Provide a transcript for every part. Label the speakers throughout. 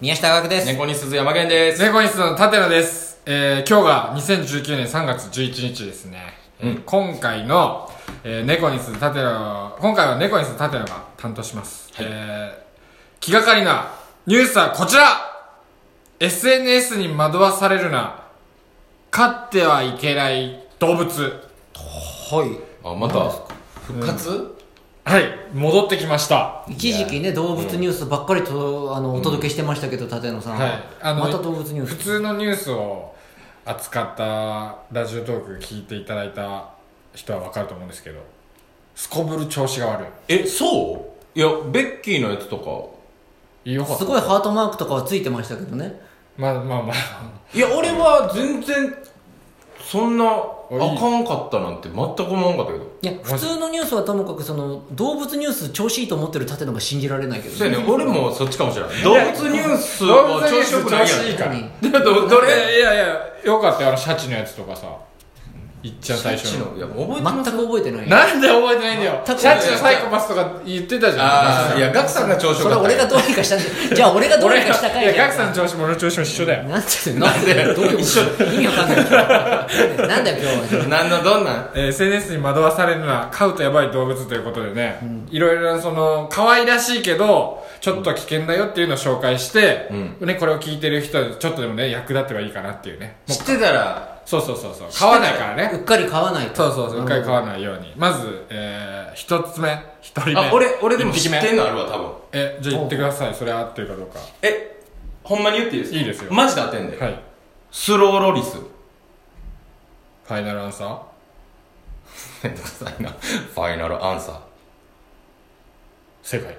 Speaker 1: 宮下学です。
Speaker 2: 猫に鈴山源です。
Speaker 3: 猫ニスの舘野です、えー、今日が2019年3月11日ですね、
Speaker 2: うん
Speaker 3: 今回の、えー、猫ニス舘野今回は猫ニス舘野が担当します、
Speaker 2: はい
Speaker 3: えー、気がかりなニュースはこちら SNS に惑わされるな飼ってはいけない動物
Speaker 1: は
Speaker 2: あ、また、復活
Speaker 3: はい戻ってきました
Speaker 1: い。一時期ね、動物ニュースばっかりと、あの、お届けしてましたけど、立野さん。
Speaker 3: はいあの
Speaker 1: また動物ニュース。
Speaker 3: 普通のニュースを扱ったラジオトーク聞いていただいた人は分かると思うんですけどすこぶる調子が悪
Speaker 2: え、そういや、ベッキーのやつとか。
Speaker 3: いよかっ
Speaker 1: す
Speaker 3: た
Speaker 1: ごいハートマークとかはついてましたけどね。
Speaker 3: まあまあまあ
Speaker 2: いや、俺は全然、そんな、
Speaker 3: いい
Speaker 2: あかんかったなんて全く思わんかったけど。
Speaker 1: いや、普通のニュースはともかく、その、動物ニュース調子いいと思ってる立野が信じられないけど
Speaker 2: そうやね、俺もそっちかもしれない。動物ニュース
Speaker 3: 動
Speaker 2: は
Speaker 3: 物ニュ
Speaker 2: 調
Speaker 3: ー
Speaker 2: 子
Speaker 3: ス
Speaker 2: よくない
Speaker 3: 調
Speaker 2: や
Speaker 3: 子いいから
Speaker 1: うん
Speaker 2: ん。ど、ど
Speaker 3: い
Speaker 2: れ
Speaker 3: やいやいやよかったよあのシャチのやつとかさいっちゃう最初
Speaker 2: シャチのいや、覚えて
Speaker 1: 全
Speaker 2: ま
Speaker 1: く
Speaker 2: す
Speaker 1: 覚えてない。
Speaker 3: なんで覚えてないんだよ
Speaker 1: た
Speaker 3: シャチのサイコパスとか言ってたじゃん
Speaker 2: あー、いや、ガクさんが調子
Speaker 1: そ
Speaker 2: よ
Speaker 1: れ
Speaker 2: かった。
Speaker 1: 俺がどうにかしたんで、じゃあ俺がどうに
Speaker 3: 俺
Speaker 1: かした
Speaker 3: が
Speaker 1: か
Speaker 3: い
Speaker 1: い
Speaker 3: や
Speaker 1: じゃ
Speaker 3: ガ
Speaker 1: ん
Speaker 3: クさんの調子も俺の調子も一緒だよ
Speaker 1: なんてなんでどういうこと意味わかんないなんだよ今日は
Speaker 2: なんの、どんなん
Speaker 3: えー SNS に惑わされるのは飼うとやばい動物ということでね、いろいろなその可愛らしいけどちょっと危険だよっていうのを紹介して、ね、これを聞いてる人にちょっとでもね役立てばいいかなっていうねもう
Speaker 2: 知ってたら、
Speaker 3: そうそうそうそう飼わないから
Speaker 1: う
Speaker 3: ね
Speaker 1: っかり買わないと
Speaker 3: そうそうそううっかり飼
Speaker 1: わ
Speaker 3: わないようにまずえー、一つ目一人目
Speaker 2: あ、俺、俺でも
Speaker 3: 一
Speaker 2: 知
Speaker 3: 匹
Speaker 2: っ
Speaker 3: 目
Speaker 2: てんのあるわ、多分。
Speaker 3: えじゃあ言ってくださいそれ合ってるかどうか
Speaker 2: え、ほんまに言っていいですか
Speaker 3: いいですよ
Speaker 2: マジで当てんで。
Speaker 3: はい
Speaker 2: スローロリス。
Speaker 3: ファイナルアンサー
Speaker 2: めんどくさいな。ファイナルアンサー。
Speaker 3: 正解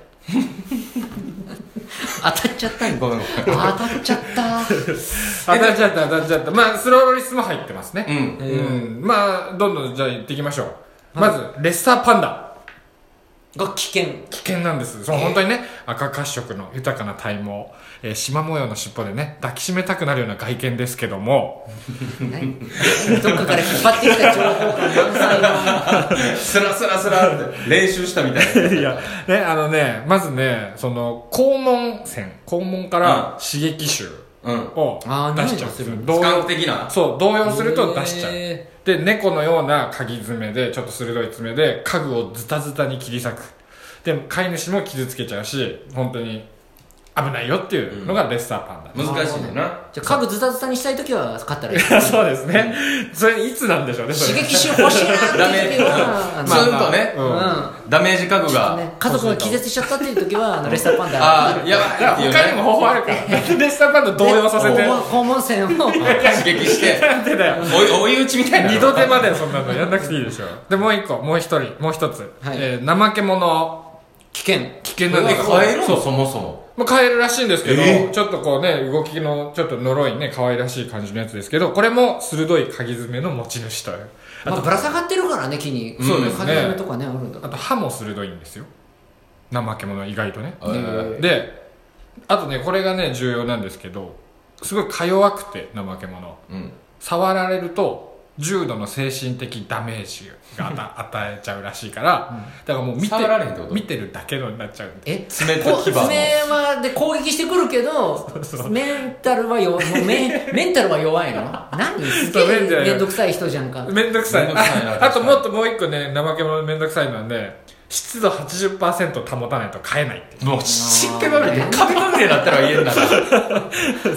Speaker 1: 当たっちゃったんだ
Speaker 2: ごめんご
Speaker 1: 当たっちゃった
Speaker 3: 当たっちゃった当たっちゃったまあスローロリスも入ってますね
Speaker 2: めん。うん。
Speaker 3: うん、まあどんどんじゃあ行っていきましょう、まずレッサーパンダ
Speaker 1: が危険
Speaker 3: 危険なんですその本当にね赤褐色の豊かな体毛、えー、縞模様の尻尾でね抱きしめたくなるような外見ですけども
Speaker 1: 何どっかから引っ張ってきた情報が満載の
Speaker 2: スラスラスラって練習したみたいな。
Speaker 3: いや ねあのねまずねその肛門腺肛門から刺激臭
Speaker 2: うん。
Speaker 3: を
Speaker 1: あー
Speaker 3: 出しちゃうんですよ
Speaker 1: 匂い
Speaker 3: 動
Speaker 2: 感
Speaker 3: 揺
Speaker 2: 覚的な。
Speaker 3: そう動揺すると出しちゃう
Speaker 1: へ
Speaker 3: で猫のような鍵爪でちょっと鋭い爪で家具をズタズタに切り裂くで飼い主も傷つけちゃうし本当に危ないよっていうのがレッサーパンダ、
Speaker 2: 難しいねんな。
Speaker 1: じゃあ家具ズタズタにしたい時は買 ったらいい
Speaker 3: そうですねそれいつなんでしょうねそ
Speaker 1: 刺
Speaker 3: れ
Speaker 1: 激臭欲しいなって
Speaker 2: ダ
Speaker 1: いう時
Speaker 2: メ
Speaker 1: はあ
Speaker 2: ー
Speaker 1: の
Speaker 2: ジ。ツンとね、
Speaker 3: まあまあ
Speaker 1: うん
Speaker 2: ダメージ覚悟が。
Speaker 1: ね家族が気絶しちゃったっていう時はあのレッサーパンダ
Speaker 2: ああ、やばい
Speaker 3: だから
Speaker 2: っていう
Speaker 3: 他にも
Speaker 2: ね。
Speaker 3: 方法あるから レッサーパンダ動揺させて
Speaker 1: ね肛門線を
Speaker 2: 刺激して、
Speaker 3: なんでだよ
Speaker 2: おい、追い打ちみたいな。
Speaker 3: 二度手までそんなのやんなくていいでしょでもう一個もう一人もう一つ、
Speaker 1: はい
Speaker 3: えー怠け者
Speaker 1: 危険
Speaker 3: 危険なんですよ
Speaker 2: 変えるのそもそも。
Speaker 3: まあ、買えるらしいんですけど、
Speaker 2: えー
Speaker 3: ちょっとこうね、動きの、ちょっと呪いね、可愛らしい感じのやつですけど、これも鋭い鍵爪の持ち主という。あ
Speaker 1: まあ、
Speaker 3: と、
Speaker 1: ぶら下がってるからね木に
Speaker 2: そうですね
Speaker 1: 鍵穴とかねあるんだ
Speaker 3: あと歯も鋭いんですよ。怠け者意外とね。
Speaker 2: えー
Speaker 3: で、あとね、これがね、重要なんですけど、すごいか弱くて、怠け者。
Speaker 2: うん。
Speaker 3: 触られると、重度の精神的ダメージがあ た与えちゃうらしいから、だからもう見て
Speaker 2: 触られへんってこと
Speaker 3: 見てるだけのになっちゃうんで。
Speaker 1: え
Speaker 2: 爪と牙
Speaker 1: こ爪はで攻撃してくるけどメンタルは弱もうメンメンタルは弱いの何すげ
Speaker 3: そうメンタル
Speaker 1: え
Speaker 3: は弱い
Speaker 1: 面倒くさい人じゃんか
Speaker 3: めんどくさい
Speaker 2: めんどくさいな
Speaker 3: ああともっともう一個ね怠け者めんどくさいのはね湿度80%保たないと飼えないって
Speaker 2: もう、湿気まみれ、カビまみれだったら家の中。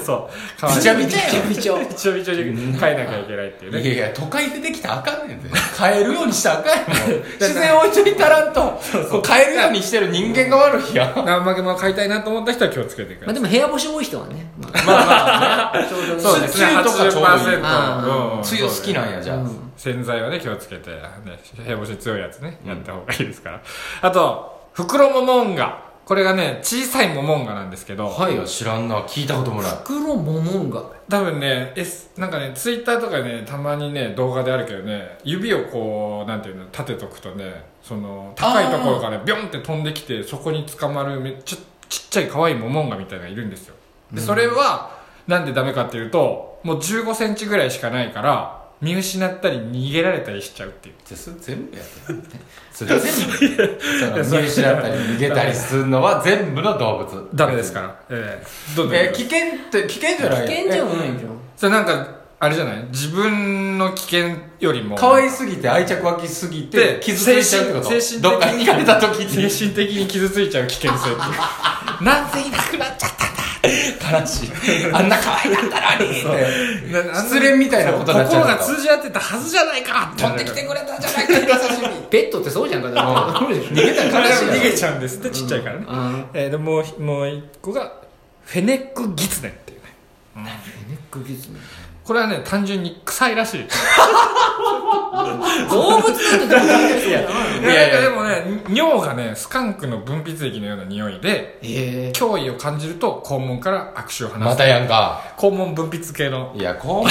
Speaker 3: そうかわい
Speaker 2: び
Speaker 3: い
Speaker 2: ちゃびちゃ
Speaker 1: びち
Speaker 2: や
Speaker 1: ゃびちゃ
Speaker 3: びちょびちょに飼えなきゃいけないっていう
Speaker 2: いや
Speaker 3: ね
Speaker 2: いや、都会出てきたらあかんねんで。変えるようにしたらあかん よ。自然置いといたらんと、こう変えるようにしてる人間が悪いやん。
Speaker 3: 怠け者飼いたいなと思った人は気をつけてく
Speaker 1: まあで
Speaker 3: ださい
Speaker 1: も部屋干し多い人はね、まあ、ちょうどいい
Speaker 2: そうですね
Speaker 3: 80%
Speaker 2: とかちょうどいい
Speaker 3: う
Speaker 2: 梅
Speaker 3: ん
Speaker 2: 雨好きなんや、じゃあ。
Speaker 3: 洗剤はね気をつけて、ね、部屋干し強いやつねやった方がいいですから、あと袋モモンガこれがね小さいモモンガなんですけど、
Speaker 2: はいよ、知らんな。聞いたこともない。
Speaker 1: 黒モモンガ
Speaker 3: 多分ね、S、なんかね、ツイッターとかね、たまにね、動画であるけどね、指をこう、なんていうの、立てとくとね、その、高いところからね、ビョンって飛んできて、そこに捕まるめっちゃちっちゃい可愛いモモンガみたいなのがいるんですよ。で、それは、なんでダメかっていうと、もう15センチぐらいしかないから、見失ったり逃げられたりしちゃうっていう
Speaker 2: じゃあそれ全部やってるねそれ 全部その見失ったり逃げたりするのは全部の動物
Speaker 3: ダメですから、ええどうぞ、
Speaker 2: えー危険って危険じゃない
Speaker 1: 危険じゃないじゃん
Speaker 3: それなんかあれじゃない自分の危険よりも
Speaker 2: 可愛すぎて愛着湧きすぎて
Speaker 3: で
Speaker 2: 傷ついちゃうってこと
Speaker 3: 精神
Speaker 2: どっかに行かれた時に
Speaker 3: 精神的に傷ついちゃう危険性っていう なんでいなくなっちゃった
Speaker 2: 悲しいあんな可愛かったのにって失恋みたいなことになっちゃう
Speaker 3: 心が通じ合ってたはずじゃないか
Speaker 2: 飛んできてくれたじゃないか優しみ
Speaker 1: ペットってそうじゃんかだってそうでしょ
Speaker 2: 逃げたら悲しい
Speaker 3: 逃
Speaker 2: や
Speaker 3: げちゃうんですってちっちゃいからね、
Speaker 1: うん
Speaker 3: えーでもうひもう一個がフェネックギツネっていうね
Speaker 1: ネックギツネ
Speaker 3: これはね単純に臭いらしい
Speaker 1: 動物なんてどうなんですよ
Speaker 2: いやいや
Speaker 3: なんかでもね尿がねスカンクの分泌液のような匂いで
Speaker 1: ええ
Speaker 3: 脅威を感じると肛門から握手を放つ、
Speaker 2: またやんか
Speaker 3: 肛門分泌系の
Speaker 2: いや肛門に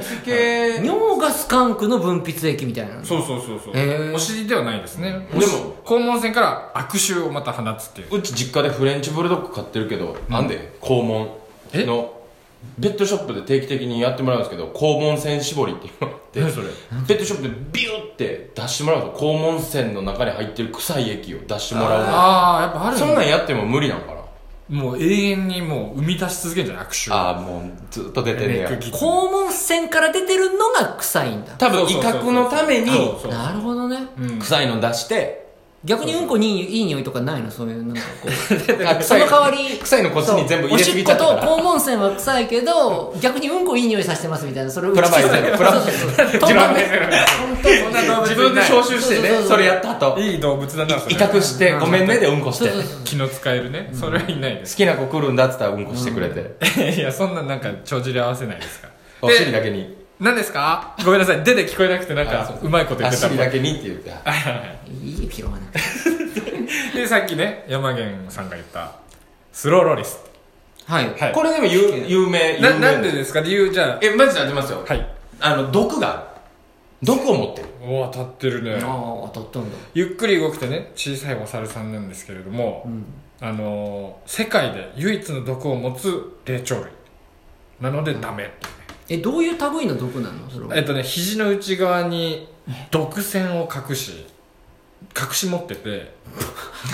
Speaker 2: つけ
Speaker 1: 尿がスカンクの分泌液みたいなの
Speaker 3: そうそうそうそう、
Speaker 1: へー
Speaker 3: お尻ではないですね
Speaker 2: でも
Speaker 3: 肛門腺から握手をまた放つっていう
Speaker 2: うち実家でフレンチブルドッグ買ってるけど、なんで肛門
Speaker 3: え
Speaker 2: のペットショップで定期的にやってもらうんですけど肛門腺絞りっていうのがあって
Speaker 3: 何それ
Speaker 2: ペットショップでビューって出してもらうんですよ肛門腺の中に入ってる臭い液を出してもら
Speaker 3: ああやっぱあ
Speaker 2: う
Speaker 3: る
Speaker 2: そんなんやっても無理なんかな
Speaker 3: もう永遠にもう生み出し続けるんじゃない握手を
Speaker 2: ああもうずっと出てんね
Speaker 3: ネッ
Speaker 2: や
Speaker 3: クギツネ
Speaker 1: 肛門腺から出てるのが臭いんだ
Speaker 2: 多分威嚇のために
Speaker 3: そうそう
Speaker 1: なるほどね
Speaker 3: うん
Speaker 2: 臭いの出して
Speaker 1: 逆にうんこにいい匂いとかないのそういうなんかこう
Speaker 2: あ
Speaker 1: そ
Speaker 2: 臭い
Speaker 1: の代わり
Speaker 2: 臭い のこっちに全部入れすぎちゃった
Speaker 1: そう
Speaker 2: か
Speaker 1: おしっ
Speaker 2: ら
Speaker 1: こと肛門腺は臭いけど 逆にうんこいい匂いさせてますみたいなそれを
Speaker 2: プラマイゼロプラマイゼ
Speaker 1: ゼ
Speaker 2: 自分
Speaker 1: で
Speaker 2: で
Speaker 3: そんな動物
Speaker 2: 自分で消臭し
Speaker 1: そ
Speaker 2: て
Speaker 1: うそう
Speaker 2: ね
Speaker 1: そう
Speaker 2: それやった後
Speaker 3: いい動物だなそれ
Speaker 2: 威嚇してごめんねで うんこし
Speaker 1: そう
Speaker 2: て
Speaker 1: そう
Speaker 2: 好
Speaker 1: そう
Speaker 3: 気の使えるね、それはいない です
Speaker 2: きな子来るんだっつったらうんこしてくれて
Speaker 3: いやそんななんか帳尻合わせないですから
Speaker 2: お尻だけに
Speaker 3: 何ですかごめんなさい出て聞こえなくてなん
Speaker 2: あそ
Speaker 3: か
Speaker 2: う
Speaker 3: うまいこと言
Speaker 2: お
Speaker 3: ってた
Speaker 2: 尻
Speaker 3: もん
Speaker 2: だけにって言って
Speaker 1: いいよ拾わなくて
Speaker 3: でさっきね山源さんが言ったスローロリス
Speaker 1: はい
Speaker 3: はい
Speaker 2: これでも有有名有
Speaker 3: な
Speaker 2: 名
Speaker 3: なんでですか理由じゃ
Speaker 2: えマジで当てますよ
Speaker 3: あはい
Speaker 2: あの毒がある毒を持ってる
Speaker 3: おお当たってるね
Speaker 1: ああ当たったんだ
Speaker 3: ゆっくり動くてね小さいお猿さんなんですけれども、あのー世界で唯一の毒を持つ霊長類なのでダメっていうね
Speaker 1: えどういう類の毒なのそれは
Speaker 3: えっとね肘の内側に毒腺を隠し隠し持ってて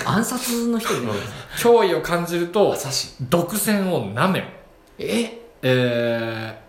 Speaker 1: 暗殺の人じゃない
Speaker 3: 脅威を感じると
Speaker 2: 優しい
Speaker 3: 毒腺を舐め
Speaker 1: え
Speaker 3: えー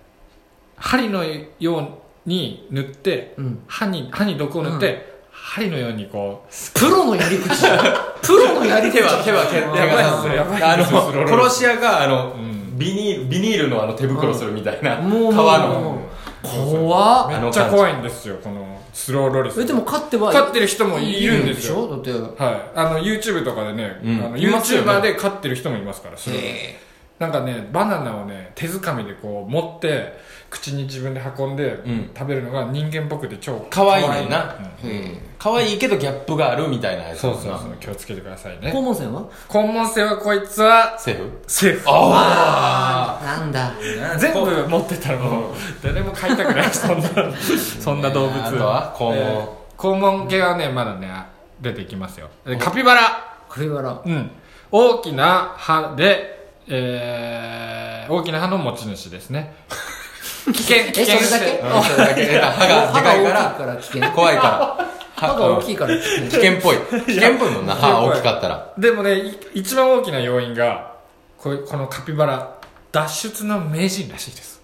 Speaker 3: 針のように塗って、
Speaker 1: うん
Speaker 3: 歯に歯に毒を塗って、針のようにこう
Speaker 1: プロのやり口 プロのやり口
Speaker 2: 手は手は手手
Speaker 3: やばい
Speaker 2: が
Speaker 3: っすよやばい
Speaker 2: あ
Speaker 3: っすよスローロリス
Speaker 2: の殺し屋があの
Speaker 3: ん
Speaker 2: ビニールビニールのあの手袋するみたいな皮
Speaker 1: もう
Speaker 2: の
Speaker 1: もう怖っ
Speaker 3: め
Speaker 2: あの
Speaker 3: っちゃ怖いんですよこのスローロリス
Speaker 1: えでも飼っては
Speaker 3: 飼ってる人もいるんです
Speaker 1: い
Speaker 3: よ
Speaker 1: るんでしょだって
Speaker 3: はいあの YouTube とかでね、
Speaker 2: うん
Speaker 3: あの
Speaker 2: いますよね
Speaker 3: YouTuber で飼ってる人もいますからそれ
Speaker 1: え
Speaker 3: なんかねバナナをね手づかみでこう持って口に自分で運んで、
Speaker 2: ん
Speaker 3: 食べるのが人間っぽくて超
Speaker 2: 可愛いねんな
Speaker 3: うん
Speaker 1: え
Speaker 2: 可愛いけどギャップがあるみたいなやつ
Speaker 3: そうそうそう気をつけてください
Speaker 1: 肛
Speaker 3: ね
Speaker 1: 門腺は
Speaker 3: 肛門性はこいつは
Speaker 2: セーフ
Speaker 3: セーフ
Speaker 2: あ
Speaker 1: なんだ
Speaker 2: あ
Speaker 3: 全部持ってたらもう誰も飼いたくないそんなそんな動物
Speaker 2: あとは肛門
Speaker 3: 肛門系はねまだね出てきますよでカピバラ
Speaker 1: これから
Speaker 3: うん大きな歯でえー、大きな歯の持ち主ですね 危険危
Speaker 1: えそれだ
Speaker 3: 険
Speaker 1: け
Speaker 2: うんそれだけ出た歯が
Speaker 1: 歯
Speaker 2: でか
Speaker 1: 大きい
Speaker 2: いから
Speaker 1: から危険
Speaker 2: 怖いから
Speaker 1: 歯が大きいから危険
Speaker 2: 危険っぽい危険っぽいもんな歯大きかったら
Speaker 3: でもねい一番大きな要因がこうこのカピバラ脱出の名人らしいです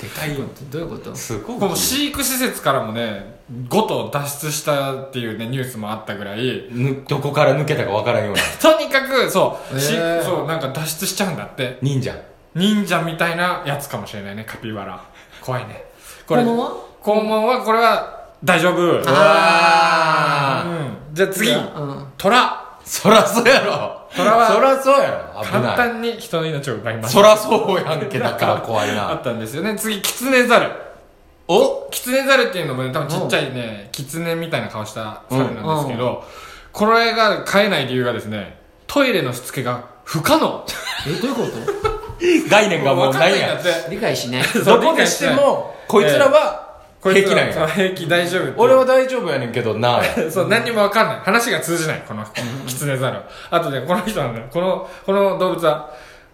Speaker 2: でかいよ
Speaker 1: どういうこと
Speaker 2: すごい
Speaker 3: この飼育施設からもね5頭脱出したっていうねニュースもあったぐらい
Speaker 2: ぬどこから抜けたかわからんような
Speaker 3: とにかくそう、し
Speaker 1: へー
Speaker 3: そうなんか脱出しちゃうんだって
Speaker 2: 忍者
Speaker 3: 忍者みたいなやつかもしれないねカピバラ怖いねこれ
Speaker 1: 肛門は
Speaker 3: 肛門はこれは大丈夫うん
Speaker 2: あ
Speaker 3: じゃあ次
Speaker 1: うん
Speaker 3: 虎
Speaker 2: そらそうやろ
Speaker 3: そらは
Speaker 2: そらそうやろ危
Speaker 3: 簡
Speaker 2: ない
Speaker 3: 単に人の命を奪います
Speaker 2: そらそうやんけだから怖い
Speaker 3: あ
Speaker 2: な
Speaker 3: ったんですよね次キツネザル
Speaker 2: お
Speaker 3: キツネザルっていうのもね多分ちっちゃいねキツネみたいな顔した猿なんですけどこれが飼えない理由がですねトイレのしつけが不可能
Speaker 1: えどういうこ
Speaker 2: 概念がもう
Speaker 3: わかんな
Speaker 2: ないい
Speaker 3: んだ
Speaker 2: や
Speaker 3: っ
Speaker 2: ん
Speaker 3: て
Speaker 1: と理解しない
Speaker 2: どこでしてもこいつらは
Speaker 3: こい
Speaker 2: 平
Speaker 3: つ
Speaker 2: 気
Speaker 3: ら
Speaker 2: なんや
Speaker 3: そう平気大丈夫って
Speaker 2: 俺は大丈夫やねんけどな
Speaker 3: そう、何にもわかんない。話が通じない、この、キツネザルは。あとね、この人はね、この、この動物は、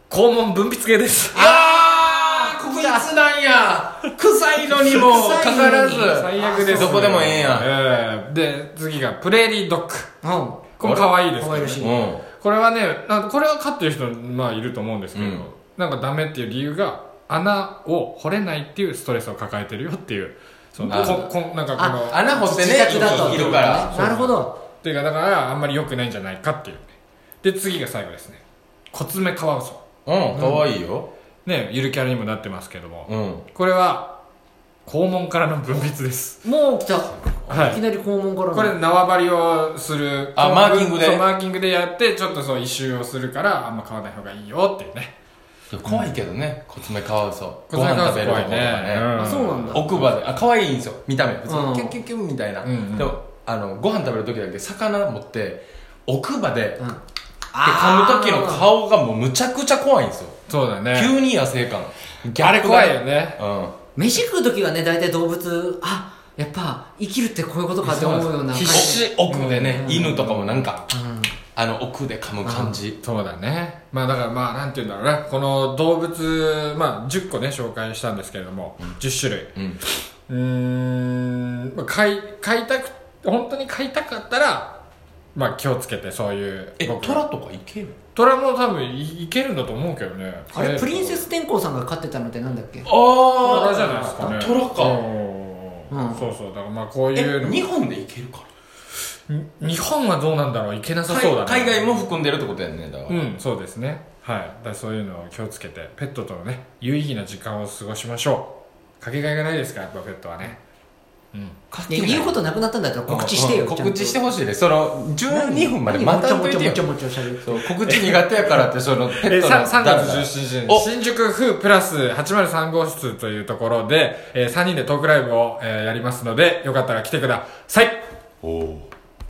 Speaker 3: 肛門分泌系です。
Speaker 2: あーこいつなんや臭いのにもかかわらず、
Speaker 3: 最悪です
Speaker 2: ど
Speaker 3: よ
Speaker 2: こでもええやん。
Speaker 3: ええで次がプレーリードッグ
Speaker 1: うん
Speaker 3: これ可愛いです
Speaker 1: 可愛
Speaker 3: けど
Speaker 1: らしい
Speaker 2: うん。
Speaker 3: これはねなこれは飼ってる人まあいると思うんですけど、
Speaker 2: うん
Speaker 3: なんかダメっていう理由が穴を掘れないっていうストレスを抱えてるよっていうその
Speaker 2: あ
Speaker 3: ここなんかこの
Speaker 2: 穴掘ってね、
Speaker 1: 自宅だと
Speaker 2: いるから。
Speaker 1: なるほど
Speaker 3: っていうかだからあんまり良くないんじゃないかっていうで次が最後ですねコツメカワウソ
Speaker 2: うん、かわいいよ。
Speaker 3: ねゆるキャラにもなってますけども、
Speaker 2: うん。
Speaker 3: これは肛門からの分泌です
Speaker 1: もう来た
Speaker 3: はい
Speaker 1: いきなり肛門からの
Speaker 3: これ縄張りをする
Speaker 2: あマーキングで
Speaker 3: そうマーキングでやってちょっとそう異臭をするからあんま買わない方がいいよっていうね
Speaker 2: 怖いけどね、コツメカワウソ。ご飯食べるところとかね。
Speaker 1: あそうなんだ
Speaker 2: 奥歯で、あ、可愛いんですよ。見た目。普通
Speaker 1: うん
Speaker 2: にキュンキュンキュンみたいな。
Speaker 3: うんうん
Speaker 2: でも、あの、ご飯食べるときだけ魚持って、奥歯で、で
Speaker 1: ん
Speaker 2: 噛むときの顔がもうむちゃくちゃ怖いんですよ。
Speaker 3: そうだね
Speaker 2: 急に野生感。
Speaker 3: あれ怖いよね
Speaker 2: うん。
Speaker 1: 飯食う時はね大体動物あやっぱ生きるってこういうことかって思うような
Speaker 2: 必
Speaker 1: 感
Speaker 2: 死奥でね、犬とかもなんか、
Speaker 1: じうん
Speaker 2: あの奥で噛む感じ。
Speaker 3: そうだねまあだからまあなんて言うんだろうねこの動物まあ10個ね紹介したんですけれども、10種類
Speaker 2: うん。
Speaker 3: うーんまあ飼い飼いたく本当に飼いたかったらまあ気をつけてそういう
Speaker 2: え、
Speaker 3: 僕
Speaker 2: 虎とかいける
Speaker 3: 虎も多分いいけるんだと思うけどね
Speaker 1: あれプリンセ
Speaker 3: ス
Speaker 1: ス天功さんが飼ってたのってなんだっけ
Speaker 2: あ
Speaker 3: 虎じゃないですかね
Speaker 2: 虎か
Speaker 3: うん
Speaker 1: うん
Speaker 3: そうそうだからまあこういう
Speaker 2: え、
Speaker 3: の
Speaker 2: 日本でいけるか
Speaker 3: に日本はどうなんだろういけなさ
Speaker 2: な
Speaker 3: そうだね
Speaker 2: 海海外も含んでるってことやんね、だから。
Speaker 3: うんそうですねはいだからそういうのを気をつけてペットとのね有意義な時間を過ごしましょうかけがえがないですからやっぱペットはね
Speaker 1: ね言うことなくなったんだったら告知してよ
Speaker 2: うん
Speaker 1: ちゃんと
Speaker 2: 告知してほしいですその12分まで
Speaker 1: 何
Speaker 2: 待たん
Speaker 1: も
Speaker 2: とい
Speaker 1: ちょ
Speaker 2: て
Speaker 1: も
Speaker 2: よ
Speaker 1: ちょもちょもちょしゃべる
Speaker 2: そう告知苦手やからってそのペ
Speaker 3: え
Speaker 2: ットの
Speaker 3: さ3
Speaker 2: 誰
Speaker 3: 月
Speaker 2: だ
Speaker 3: 17
Speaker 2: お
Speaker 3: 日新宿風プラス803号室というところで、え3人でトークライブを、えーやりますのでよかったら来てください
Speaker 2: おー